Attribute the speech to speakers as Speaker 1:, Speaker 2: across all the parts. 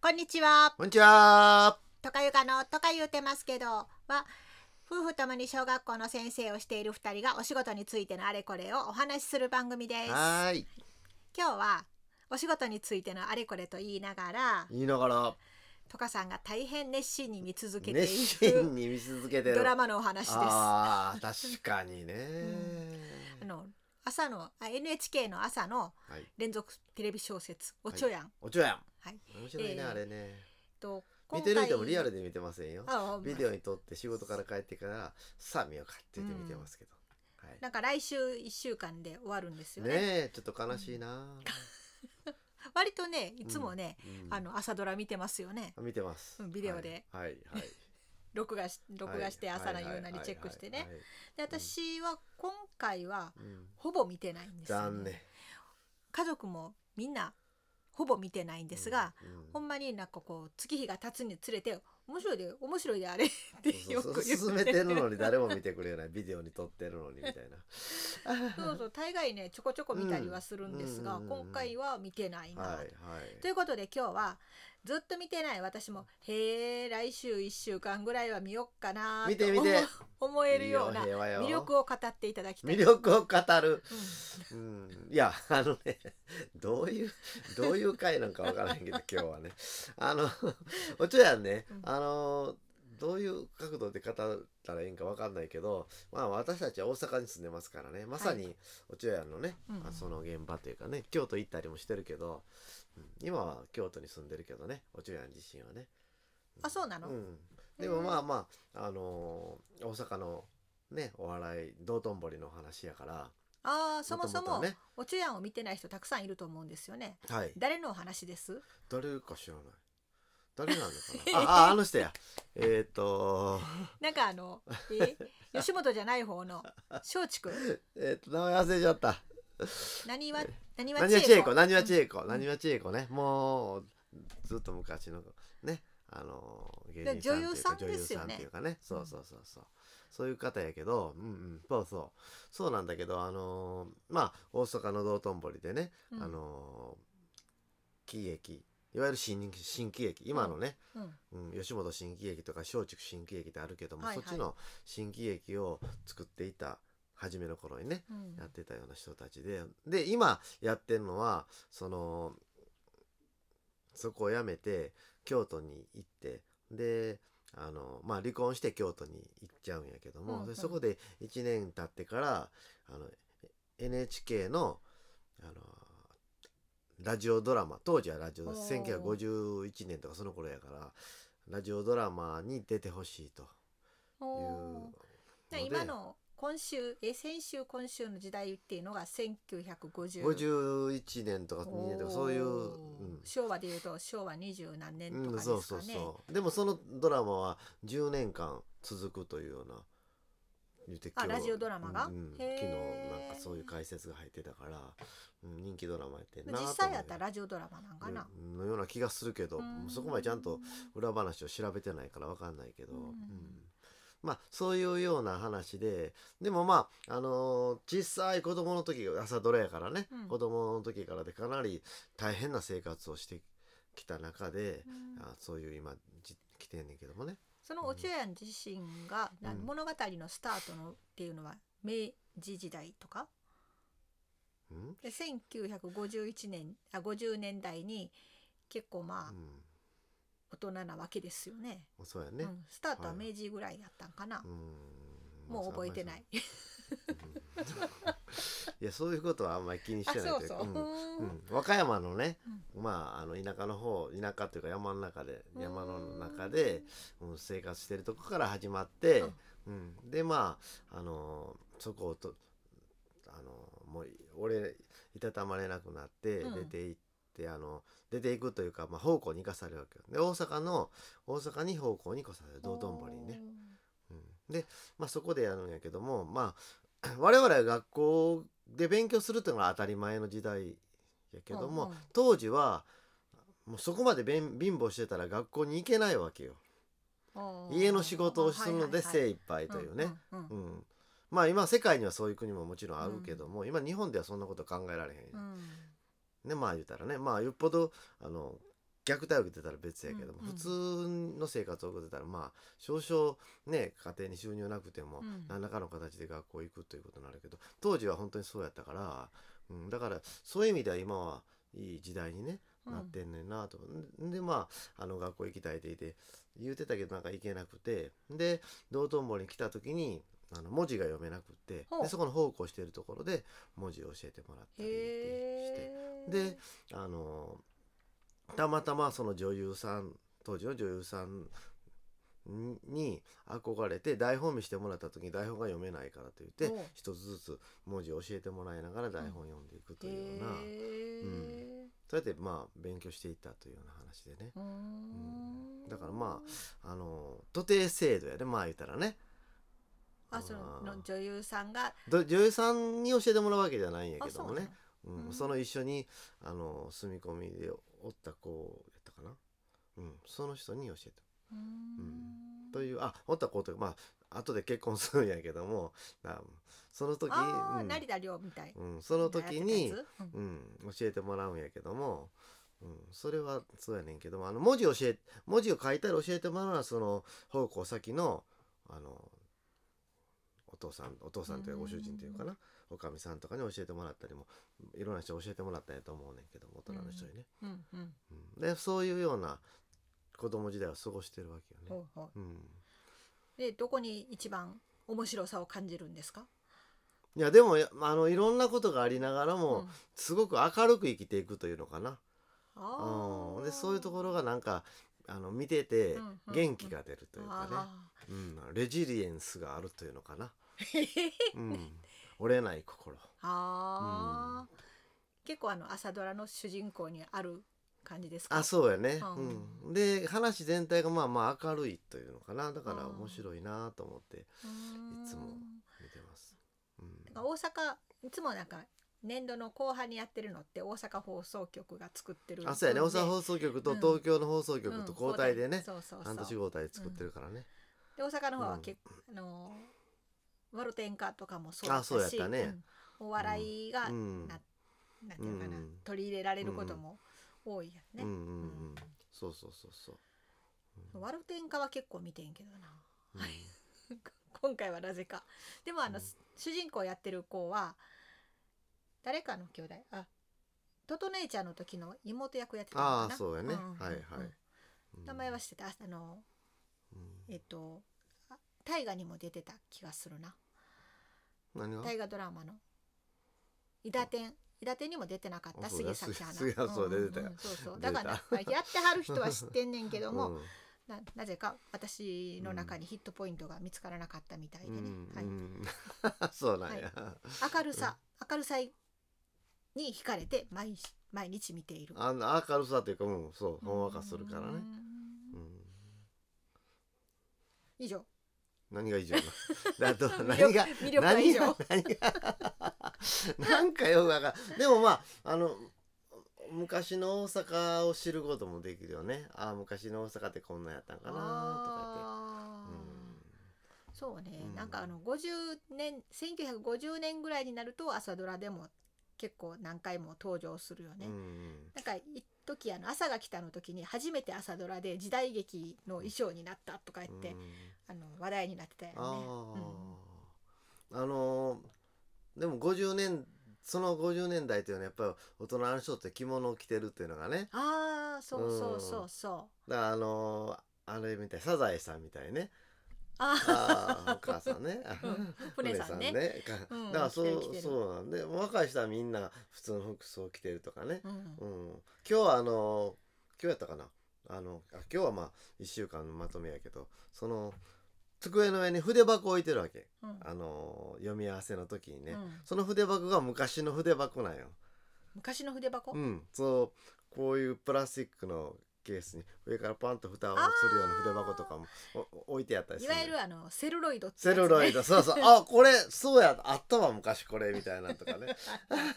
Speaker 1: こんにちは。
Speaker 2: こんにちは。
Speaker 1: とかゆかのとか言うてますけどは夫婦ともに小学校の先生をしている二人がお仕事についてのあれこれをお話しする番組です。今
Speaker 2: はーい。
Speaker 1: 日はお仕事についてのあれこれと言いながら
Speaker 2: 言いながら
Speaker 1: とかさんが大変熱心に見続けて
Speaker 2: 熱
Speaker 1: い
Speaker 2: 心
Speaker 1: る
Speaker 2: に見続けてる。
Speaker 1: ドラマのお話です。あ
Speaker 2: ああ確かにね。
Speaker 1: の朝のあ NHK の朝の
Speaker 2: はい。
Speaker 1: 連続テレビ小説「おちょやん」
Speaker 2: おちょやん。
Speaker 1: はい
Speaker 2: 面白いね、
Speaker 1: えー
Speaker 2: あれね。
Speaker 1: と
Speaker 2: 見てる人もリアル
Speaker 1: で
Speaker 2: で見てませんよ。ビ
Speaker 1: ビ
Speaker 2: デオに撮って仕事から帰ってからさあ見ようかって言って見てますけど。はい。
Speaker 1: なんか来週一週間で終わるんですよね
Speaker 2: ねえちょっと悲しいな。
Speaker 1: 割とねいつもね、
Speaker 2: うん
Speaker 1: あの朝ドラ見てますよね
Speaker 2: 見てます
Speaker 1: う。んビデオで
Speaker 2: はい。はいはい。
Speaker 1: 録画し録画して
Speaker 2: はい
Speaker 1: 朝のようなりチェックして。
Speaker 2: はい
Speaker 1: ね
Speaker 2: はいはい
Speaker 1: で私は今回は
Speaker 2: うん
Speaker 1: ほぼ見てないんですよね、
Speaker 2: 残念。
Speaker 1: 家族もみんなほぼ見てないんですが、
Speaker 2: うん、うん
Speaker 1: ほんまになんかこう月日が経つにつれて面白いで面白いであれってよ
Speaker 2: そう
Speaker 1: く言って
Speaker 2: 進めてるのに誰も見てくれないビデオに撮ってるのにみたいな
Speaker 1: そうそう大概ねちょこちょこ見たりはするんですが、
Speaker 2: うんうんうんうん
Speaker 1: 今回は見てないな、
Speaker 2: はいはい
Speaker 1: ということで今日はずっと見てない私もへえ来週1週間ぐらいは見よっかな
Speaker 2: 見
Speaker 1: と
Speaker 2: て
Speaker 1: 思
Speaker 2: 見て
Speaker 1: 思えるよう
Speaker 2: い
Speaker 1: ない
Speaker 2: よ平和よ
Speaker 1: 魅力を語っていただきたい
Speaker 2: 魅力を語る、うん、いや あのねどういうどういう回なんかわからへんけど今日はね あのおちょやんね、
Speaker 1: うん
Speaker 2: あのどういう角度で語ったらいいんかわかんないけど、まあ、私たちは大阪に住んでますからねまさにおちょやんのね、
Speaker 1: うんうん
Speaker 2: あその現場というかね京都行ったりもしてるけど、うん今は京都に住んでるけどねおちょやん自身はね。
Speaker 1: あそうなの
Speaker 2: うん、
Speaker 1: へー
Speaker 2: でもまあまあ、あのー大阪のねお笑い道頓堀の話やから
Speaker 1: ああそもそ
Speaker 2: 元々
Speaker 1: も
Speaker 2: はね
Speaker 1: おちょやんを見てない人たくさんいると思うんですよね
Speaker 2: はい
Speaker 1: 誰のお話です
Speaker 2: 誰か知らない誰なのかなあああの人やえっ、と
Speaker 1: なんかあのえ 吉本じゃない方の松竹
Speaker 2: えっ、と名前忘れちゃった
Speaker 1: 何は何は
Speaker 2: 何は千恵子何は
Speaker 1: 恵
Speaker 2: 千恵子何は千恵子ねもうずっと昔のねあのー芸人さんという
Speaker 1: 女優さん
Speaker 2: か
Speaker 1: ですよね
Speaker 2: 女優さんっていうかねそうそうそうそうそういう方やけどうんうんそうそうそうなんだけどあのーまあ大阪の道頓堀でね
Speaker 1: 子
Speaker 2: あのー、喜劇いわゆる新新喜劇今のね、うん吉本新喜劇とか松竹新喜劇ってあるけども、
Speaker 1: はいはい
Speaker 2: そっちの新喜劇を作っていた初めの頃にねやってたような人たちでで今やってるのはそのそこを辞めて京都に行ってであのまあ離婚して京都に行っちゃうんやけども、
Speaker 1: うんうん
Speaker 2: でそこで1年経ってからあの NHK のあのラジオドラマ当時はラジオ
Speaker 1: おー
Speaker 2: 1951年とかその頃やからラジオドラマに出てほしいというので
Speaker 1: 今の今週え先週今週の時代っていうのが1950
Speaker 2: 51年とか2年とかそういう、
Speaker 1: お
Speaker 2: うん
Speaker 1: ー昭和でいうと昭和二十何年とか
Speaker 2: うん
Speaker 1: ですかね、
Speaker 2: そうそうそうでもそのドラマは10年間続くというような言って
Speaker 1: あ
Speaker 2: 今日
Speaker 1: ラジオドラマが
Speaker 2: うんうん昨
Speaker 1: へー
Speaker 2: 日なんかそういう解説が入ってたから、うん、人気ドラマやってんなと
Speaker 1: 実
Speaker 2: 思う
Speaker 1: 際やったらラジオドラマなんかな、
Speaker 2: うんのような気がするけど
Speaker 1: うん
Speaker 2: そこまでちゃんと裏話を調べてないから分かんないけど、
Speaker 1: うん
Speaker 2: うんまあそういうような話ででもまあ、あのー小さい子供の時朝ドラやからね、
Speaker 1: うん
Speaker 2: 子供の時からでかなり大変な生活をしてきた中で、
Speaker 1: うん
Speaker 2: あそういう今じ来てんねんけどもね
Speaker 1: そのおちょやん自身が、な
Speaker 2: うん
Speaker 1: 物語のスタートのっていうのは明治時代とか
Speaker 2: うん、うん
Speaker 1: で1951年あ50年代に結構まあ大人なわけですよね、
Speaker 2: そうやね、
Speaker 1: う
Speaker 2: うん
Speaker 1: んスタートは明治ぐらいやったんかな、もう覚えてない、
Speaker 2: うんいやそういうことはあんまり気にし
Speaker 1: あ
Speaker 2: てない
Speaker 1: そ
Speaker 2: と
Speaker 1: う
Speaker 2: いう
Speaker 1: そ
Speaker 2: か
Speaker 1: う、
Speaker 2: うん
Speaker 1: う
Speaker 2: うんん、和歌山のね、まああの田舎の方田舎というか山の中で
Speaker 1: うん
Speaker 2: 山の中で、うん、生活してるとこから始まって、うん、でまあ、あのーそこをと、あのーもう俺いたたまれなくなって
Speaker 1: うん
Speaker 2: 出て行って、あの出ていくというか、まあ、奉公に行かされるわけよで大阪の大阪に奉公に来される道頓堀にね。うん、で、まあ、そこでやるんやけども、まあ、 我々は学校で勉強するっていうのが当たり前の時代やけど
Speaker 1: う
Speaker 2: も、
Speaker 1: んうん
Speaker 2: 当時はもうそこまで貧貧乏してたら学校に行けないわけよ。
Speaker 1: おー
Speaker 2: 家の仕事をするの
Speaker 1: はい
Speaker 2: で
Speaker 1: はい
Speaker 2: 精一杯と
Speaker 1: はい
Speaker 2: いうね。
Speaker 1: うんうんうん
Speaker 2: うんまあ今世界にはそういう国ももちろんあるけども、今日本ではそんなこと考えられへん、
Speaker 1: うん
Speaker 2: ねまあ言うたらねまあよっぽどあの虐待を受けてたら別やけども、
Speaker 1: うんうん
Speaker 2: 普通の生活を送ってたらまあ少々ね家庭に収入なくても、
Speaker 1: うん
Speaker 2: 何らかの形で学校行くということになるけど当時は本当にそうやったから、うん、だからそういう意味では今はいい時代にね、
Speaker 1: うん
Speaker 2: なってんねんなとんでまああの学校行きたいって言って言うてたけどなんか行けなくてで道頓堀に来た時にあの文字が読めなくって
Speaker 1: ほう
Speaker 2: でそこの奉公してるところで文字を教えてもらったりってして。
Speaker 1: へえ
Speaker 2: であのたまたまその女優さん当時の女優さんに憧れて台本見してもらった時に台本が読めないからと言って
Speaker 1: おう
Speaker 2: 一つずつ文字を教えてもらいながら台本を読んでいくというような、
Speaker 1: へえ
Speaker 2: そうやってまあ勉強していったというような話でね
Speaker 1: うーん
Speaker 2: うんだからまあの徒弟制度やねまあ言ったらね
Speaker 1: あそ
Speaker 2: あ
Speaker 1: の
Speaker 2: ー
Speaker 1: 女優さんが
Speaker 2: ど女優さんに教えてもらうわけじゃないんや
Speaker 1: あ
Speaker 2: けども
Speaker 1: そうな
Speaker 2: ね
Speaker 1: の
Speaker 2: うん
Speaker 1: うん
Speaker 2: その一緒にあの住み込みでおった子やったかな、うん、その人に教えて
Speaker 1: うーん
Speaker 2: というあおった子というかまあ後で結婚するんやけどもなその時
Speaker 1: あー
Speaker 2: うん
Speaker 1: 成田凌みたい
Speaker 2: うん、その時に
Speaker 1: やって、たやつ
Speaker 2: うん、教えてもらうんやけども、うん、それはそうやねんけどもあの文字を教え文字を書いたら教えてもらうのはその奉公先のあのお父さんお父さんというかご主人というかなおかみさんとかに教えてもらったりもいろんな人に教えてもらったんやと思うねんけども大人の人にね、
Speaker 1: うんうんうん
Speaker 2: うんでそういうような子供時代を過ごしてるわけよ
Speaker 1: ほ
Speaker 2: ね。
Speaker 1: うほう
Speaker 2: うん
Speaker 1: でどこに一番面白さを感じるんですか
Speaker 2: いやでもやあのいろんなことがありながらも、
Speaker 1: ん
Speaker 2: すごく明るく生きていくというのかな、
Speaker 1: あ
Speaker 2: うん、
Speaker 1: ー
Speaker 2: でそういうところがなんかあの見てて
Speaker 1: うんうん
Speaker 2: 元気が出るというかね、
Speaker 1: あ
Speaker 2: うんレジリエンスがあるというのかな、
Speaker 1: ー
Speaker 2: うん、折れない心
Speaker 1: あー結構あの朝ドラの主人公にある感じですか
Speaker 2: あそうやね、
Speaker 1: あ
Speaker 2: うんで話全体がまあまあ明るいというのかなだから
Speaker 1: あー
Speaker 2: 面白いなと思って
Speaker 1: うーん
Speaker 2: いつも見てます、うん
Speaker 1: なんか大阪いつもなんか年度の後半にやってるのって大阪放送局が作ってる
Speaker 2: あそうやね大
Speaker 1: 分で
Speaker 2: 阪放送局と
Speaker 1: うん
Speaker 2: 東京の放送
Speaker 1: う
Speaker 2: 局
Speaker 1: ん
Speaker 2: と交代でね、
Speaker 1: そうそうそう
Speaker 2: 半年交代で作ってるからね、
Speaker 1: で大阪の方
Speaker 2: う
Speaker 1: は
Speaker 2: ん
Speaker 1: 結構、あのーワルテンカとかもそう
Speaker 2: あそうやったね
Speaker 1: うんお笑いが、
Speaker 2: うん
Speaker 1: ななんていうのかな、
Speaker 2: うん
Speaker 1: 取り入れられることも多いや
Speaker 2: うん
Speaker 1: ね、
Speaker 2: うんう
Speaker 1: うん
Speaker 2: ん、そうそうそうそう
Speaker 1: ワルテンカは結構見てんけどな
Speaker 2: うん
Speaker 1: はい今回はなぜかでもあの、
Speaker 2: うん
Speaker 1: 主人公やってる子は誰かの兄弟あトトネイちゃんの時の妹役やってたのかな
Speaker 2: あーそうやね
Speaker 1: んんん
Speaker 2: はいはいうん
Speaker 1: 名前は知ってたああの
Speaker 2: うん
Speaker 1: えっとあ大河にも出てた気がするな
Speaker 2: 何が
Speaker 1: 大河ドラマの伊達天伊達天にも出てなかった
Speaker 2: あそうだ
Speaker 1: 杉咲花
Speaker 2: 杉杉そう出てたよ
Speaker 1: んんそうそう
Speaker 2: 出
Speaker 1: だ
Speaker 2: て
Speaker 1: か
Speaker 2: た
Speaker 1: らなんかやってはる人は知ってんねんけども、
Speaker 2: うん
Speaker 1: ななぜか私の中にヒットポイントが見つからなかったみたいでね、
Speaker 2: うん
Speaker 1: はい、
Speaker 2: うん そうなんや、
Speaker 1: 明るさ、明るさに惹かれて毎日毎日見ている
Speaker 2: あの明るさというかもうんそうほんわかするから
Speaker 1: う
Speaker 2: ね、
Speaker 1: ん
Speaker 2: うん、
Speaker 1: 以上
Speaker 2: 何が以上な だと
Speaker 1: 魅力
Speaker 2: 何が
Speaker 1: 魅力は以上
Speaker 2: 何が何が なんかよくわかんでもまああの昔の大阪を知ることもできるよねああ昔の大阪ってこんなんやったんかなとか
Speaker 1: あ
Speaker 2: 言っ
Speaker 1: ー
Speaker 2: て、
Speaker 1: そうね、
Speaker 2: うん
Speaker 1: なんかあの50年1950年ぐらいになると朝ドラでも結構何回も登場するよね、
Speaker 2: うんうん
Speaker 1: なんか一時あの朝が来たの時に初めて朝ドラで時代劇の衣装になったとか言って、
Speaker 2: うん
Speaker 1: あの話題になってたよね
Speaker 2: あ
Speaker 1: うん
Speaker 2: あ、あのーでも50年その50年代というのはやっぱり大人の人って着物を着てるっていうのがね
Speaker 1: あーそうそうそうそう、
Speaker 2: だからあのーあれみたいサザエさんみたいね
Speaker 1: あ
Speaker 2: あ あお母さんね
Speaker 1: うん船さんね
Speaker 2: 船か
Speaker 1: うん
Speaker 2: だから
Speaker 1: 着
Speaker 2: そ
Speaker 1: て
Speaker 2: う
Speaker 1: る着てる
Speaker 2: そうなんで若い人はみんな普通の服装を着てるとかね
Speaker 1: あ、うん
Speaker 2: う、ん、今日はあのー今日やったかなあのあ今日はまあ1週間のまとめやけどその机の上に筆箱置いてるわけ。
Speaker 1: うん
Speaker 2: あのー読み合わせの時にね、
Speaker 1: うん
Speaker 2: その筆箱が昔の筆箱なんよ。
Speaker 1: 昔の筆箱、
Speaker 2: うん、そうこういうプラスチックのケースに上からパンと蓋をするような筆箱とかもお置いてあったりす
Speaker 1: い
Speaker 2: るの
Speaker 1: わ
Speaker 2: よ。
Speaker 1: ゆるあのセルロイドって
Speaker 2: セルロイド、そうそう、あ、これ、そうや、あったわ、昔これみたいなんとかね。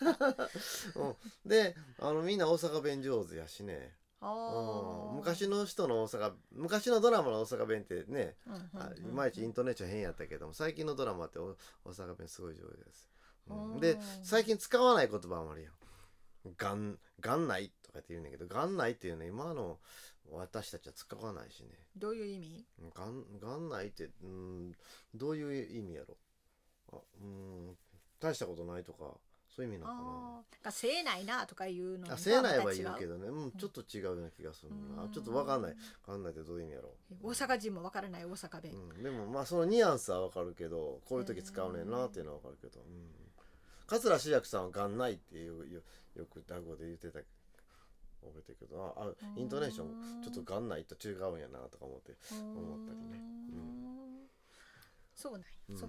Speaker 2: うん、で、あの、みんな大阪弁上手やしね。
Speaker 1: あ
Speaker 2: うん、昔の人の大阪、昔のドラマの大阪弁ってね、あいまいちイン
Speaker 1: ト
Speaker 2: トネーション変やったけども最近のドラマってお大阪弁すごい上手です、うんで最近使わない言葉もあるやんがんがんないとかって言うんだけどがんないっていうね今の私たちは使わないしね
Speaker 1: どういう意味
Speaker 2: がんがんないってうんどういう意味やろあうん大したことないとかそういう意味なのか
Speaker 1: ああせえないなとかいうの
Speaker 2: なあせえないは言うけ
Speaker 1: ど
Speaker 2: どね、うん、ちょっと違うような気がするなあちょっとわ
Speaker 1: わ
Speaker 2: かんないわかんないってどういう意味やろ
Speaker 1: 大阪人もわからない大阪弁、
Speaker 2: うん、でもまあそのニュアンスはわかるけどこういう時使うねんなっていうのはわかるけど、うん、桂志らくさんは「がんない」っていうよよく濁語で言ってた覚えてるけどああイントネーションちょっと「がんない」と違うんやなとか思って、思ったりねう
Speaker 1: うんそうなんや、
Speaker 2: うん
Speaker 1: そ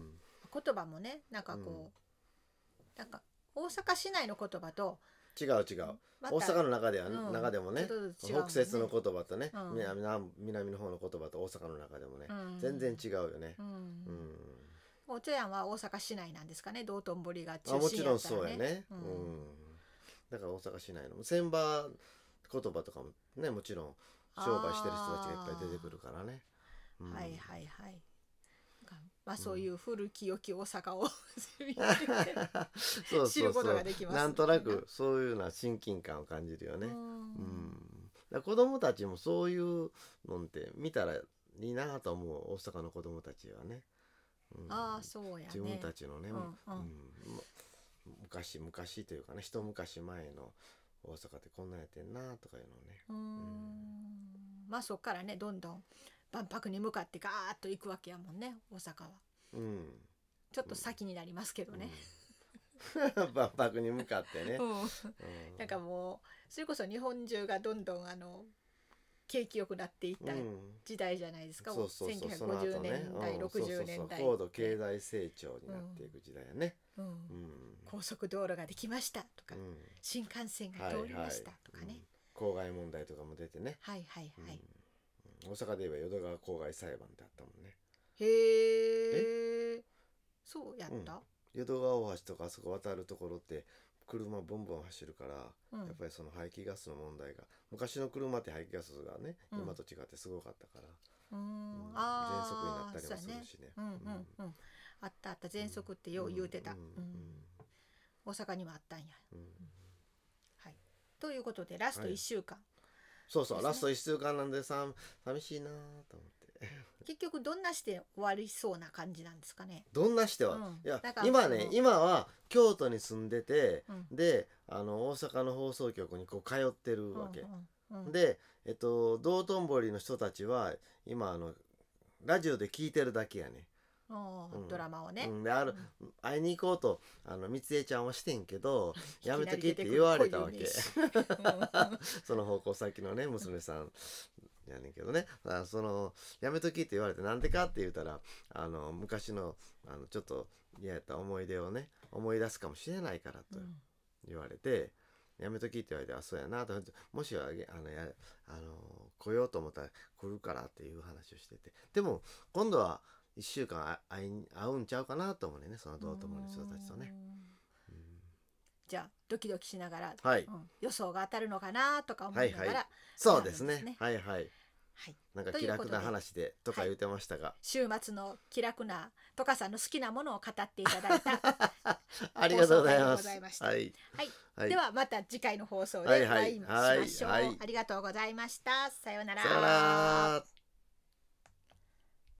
Speaker 1: 言葉もねなんかこう、なんか大阪市内の言葉と
Speaker 2: 違う違う
Speaker 1: また
Speaker 2: 大阪の中では、
Speaker 1: うん
Speaker 2: 中でも
Speaker 1: ちょ
Speaker 2: ね
Speaker 1: っと違うもんね
Speaker 2: 北節の言葉とね、
Speaker 1: うん
Speaker 2: 南南南の方の言葉と大阪の中でもね、
Speaker 1: うん
Speaker 2: 全然違うよね
Speaker 1: う。ん
Speaker 2: うん
Speaker 1: お茶屋は大阪市内なんですかね道頓堀が中
Speaker 2: あもち
Speaker 1: 心
Speaker 2: ろ
Speaker 1: や
Speaker 2: ん
Speaker 1: った
Speaker 2: そう
Speaker 1: ら
Speaker 2: や
Speaker 1: ね
Speaker 2: ね、
Speaker 1: う
Speaker 2: うんんだから大阪市内の千葉言葉とかもねもちろん商売してる人たちがいっぱい出てくるからね、うん
Speaker 1: はいはいはいなんかまあそういう古き良き大阪 を
Speaker 2: そう
Speaker 1: 知
Speaker 2: そ
Speaker 1: る
Speaker 2: う
Speaker 1: こ
Speaker 2: そ
Speaker 1: とが
Speaker 2: う
Speaker 1: できます
Speaker 2: なんとなくそういうような親近感を感じるよ
Speaker 1: う
Speaker 2: ね、うんん、だから子供たちもそういうのって見たらいいなと思う大阪の子供たちはね、うん
Speaker 1: ああそうやね
Speaker 2: 自分たちのね、
Speaker 1: うんうん
Speaker 2: うんま昔昔というかね一昔前の大阪ってこんなんやってんなとかいうのをね
Speaker 1: うんまあそっからねどんどん万博に向かってガーッと行くわけやもんね大阪は
Speaker 2: うん
Speaker 1: ちょっと先になりますけどね、
Speaker 2: うん万博に向かってね、
Speaker 1: うん
Speaker 2: う
Speaker 1: なんかもうそれこそ日本中がどんどんあの景気良くなっていった
Speaker 2: うん
Speaker 1: 時代じゃないですか、
Speaker 2: そうそうそうその後
Speaker 1: 1950
Speaker 2: ね
Speaker 1: 年代、
Speaker 2: うんそうそうそ
Speaker 1: 60
Speaker 2: う
Speaker 1: 年代
Speaker 2: 高度経済成長になっていく時代やね、
Speaker 1: うん
Speaker 2: うん
Speaker 1: 高速道路ができましたとか、
Speaker 2: うん
Speaker 1: 新幹線が通りましたとかね、
Speaker 2: うん、郊外問題とかも出てね、
Speaker 1: はいはいはい、
Speaker 2: うん、大阪で言えば淀川郊外裁判ってあったもんね
Speaker 1: へえそうやった、
Speaker 2: 淀川大橋とかあそこ渡るところって車ボンボン走るから、
Speaker 1: うん
Speaker 2: やっぱりその排気ガスの問題が昔の車って排気ガスがね、
Speaker 1: うん
Speaker 2: 今と違ってすごかったから、
Speaker 1: うーん
Speaker 2: うん喘息にな
Speaker 1: あ
Speaker 2: っ
Speaker 1: あ
Speaker 2: たりもするしね
Speaker 1: そうやねうんうんうんあったあった喘息ってよう言うてた、
Speaker 2: うん
Speaker 1: うん大阪にはあったんや
Speaker 2: うんうん
Speaker 1: はいということでラスト
Speaker 2: はい
Speaker 1: 1週間、
Speaker 2: そうそう、
Speaker 1: ですね
Speaker 2: ラスト1週間なんでさ寂しいなと思って
Speaker 1: 結局どんなして終わりそうな感じなんですかね。
Speaker 2: どんな人は、
Speaker 1: うん
Speaker 2: いや
Speaker 1: だから
Speaker 2: 今ね
Speaker 1: その
Speaker 2: 今は京都に住んでて、
Speaker 1: うん
Speaker 2: であの大阪の放送局にこう通ってるわけ、
Speaker 1: うんうんうん、
Speaker 2: で、えっと、道頓堀の人たちは今あのラジオで聞いてるだけやね
Speaker 1: あー
Speaker 2: うん
Speaker 1: ドラマをね、
Speaker 2: うん、である、会いに行こうとあの三江ちゃんはしてんけど やめとき
Speaker 1: い
Speaker 2: っ
Speaker 1: きなり出く
Speaker 2: て
Speaker 1: る
Speaker 2: 言われたわ
Speaker 1: こ うい
Speaker 2: け
Speaker 1: う。名詞
Speaker 2: その方向先のね娘さんやねんけどねあそのやめときって言われてなんでかって言うたらあの昔のあのちょっと嫌やった思い出をね思い出すかもしれないから
Speaker 1: う
Speaker 2: と
Speaker 1: ん
Speaker 2: 言われて、やめときって言われてあそうやなともしあげあのやあの来ようと思ったら来るからっていう話をしててでも今度は1週間あ会いに会うんちゃうかなと思うねんねその道友の人たちとね。うん
Speaker 1: じゃあドキドキしながら、
Speaker 2: はい
Speaker 1: うん予想が当たるのかなとか思いながら、
Speaker 2: はいはいそうです
Speaker 1: そうですね
Speaker 2: ねはいはい
Speaker 1: はい
Speaker 2: なんか
Speaker 1: とい
Speaker 2: 気
Speaker 1: うことで
Speaker 2: 楽な話でとか言ってましたが、
Speaker 1: 週末の気楽なトカさんの好きなものを語っていただい た、は
Speaker 2: ありがとうござい
Speaker 1: 放
Speaker 2: ま
Speaker 1: 送回でござい
Speaker 2: す
Speaker 1: ま。した
Speaker 2: はい。
Speaker 1: い
Speaker 2: はい。
Speaker 1: ではまた次回の放送
Speaker 2: は
Speaker 1: で
Speaker 2: い
Speaker 1: お
Speaker 2: は
Speaker 1: 会
Speaker 2: い
Speaker 1: いしましょう、
Speaker 2: はいはい
Speaker 1: ありがとうございましたさよう
Speaker 2: さよなら。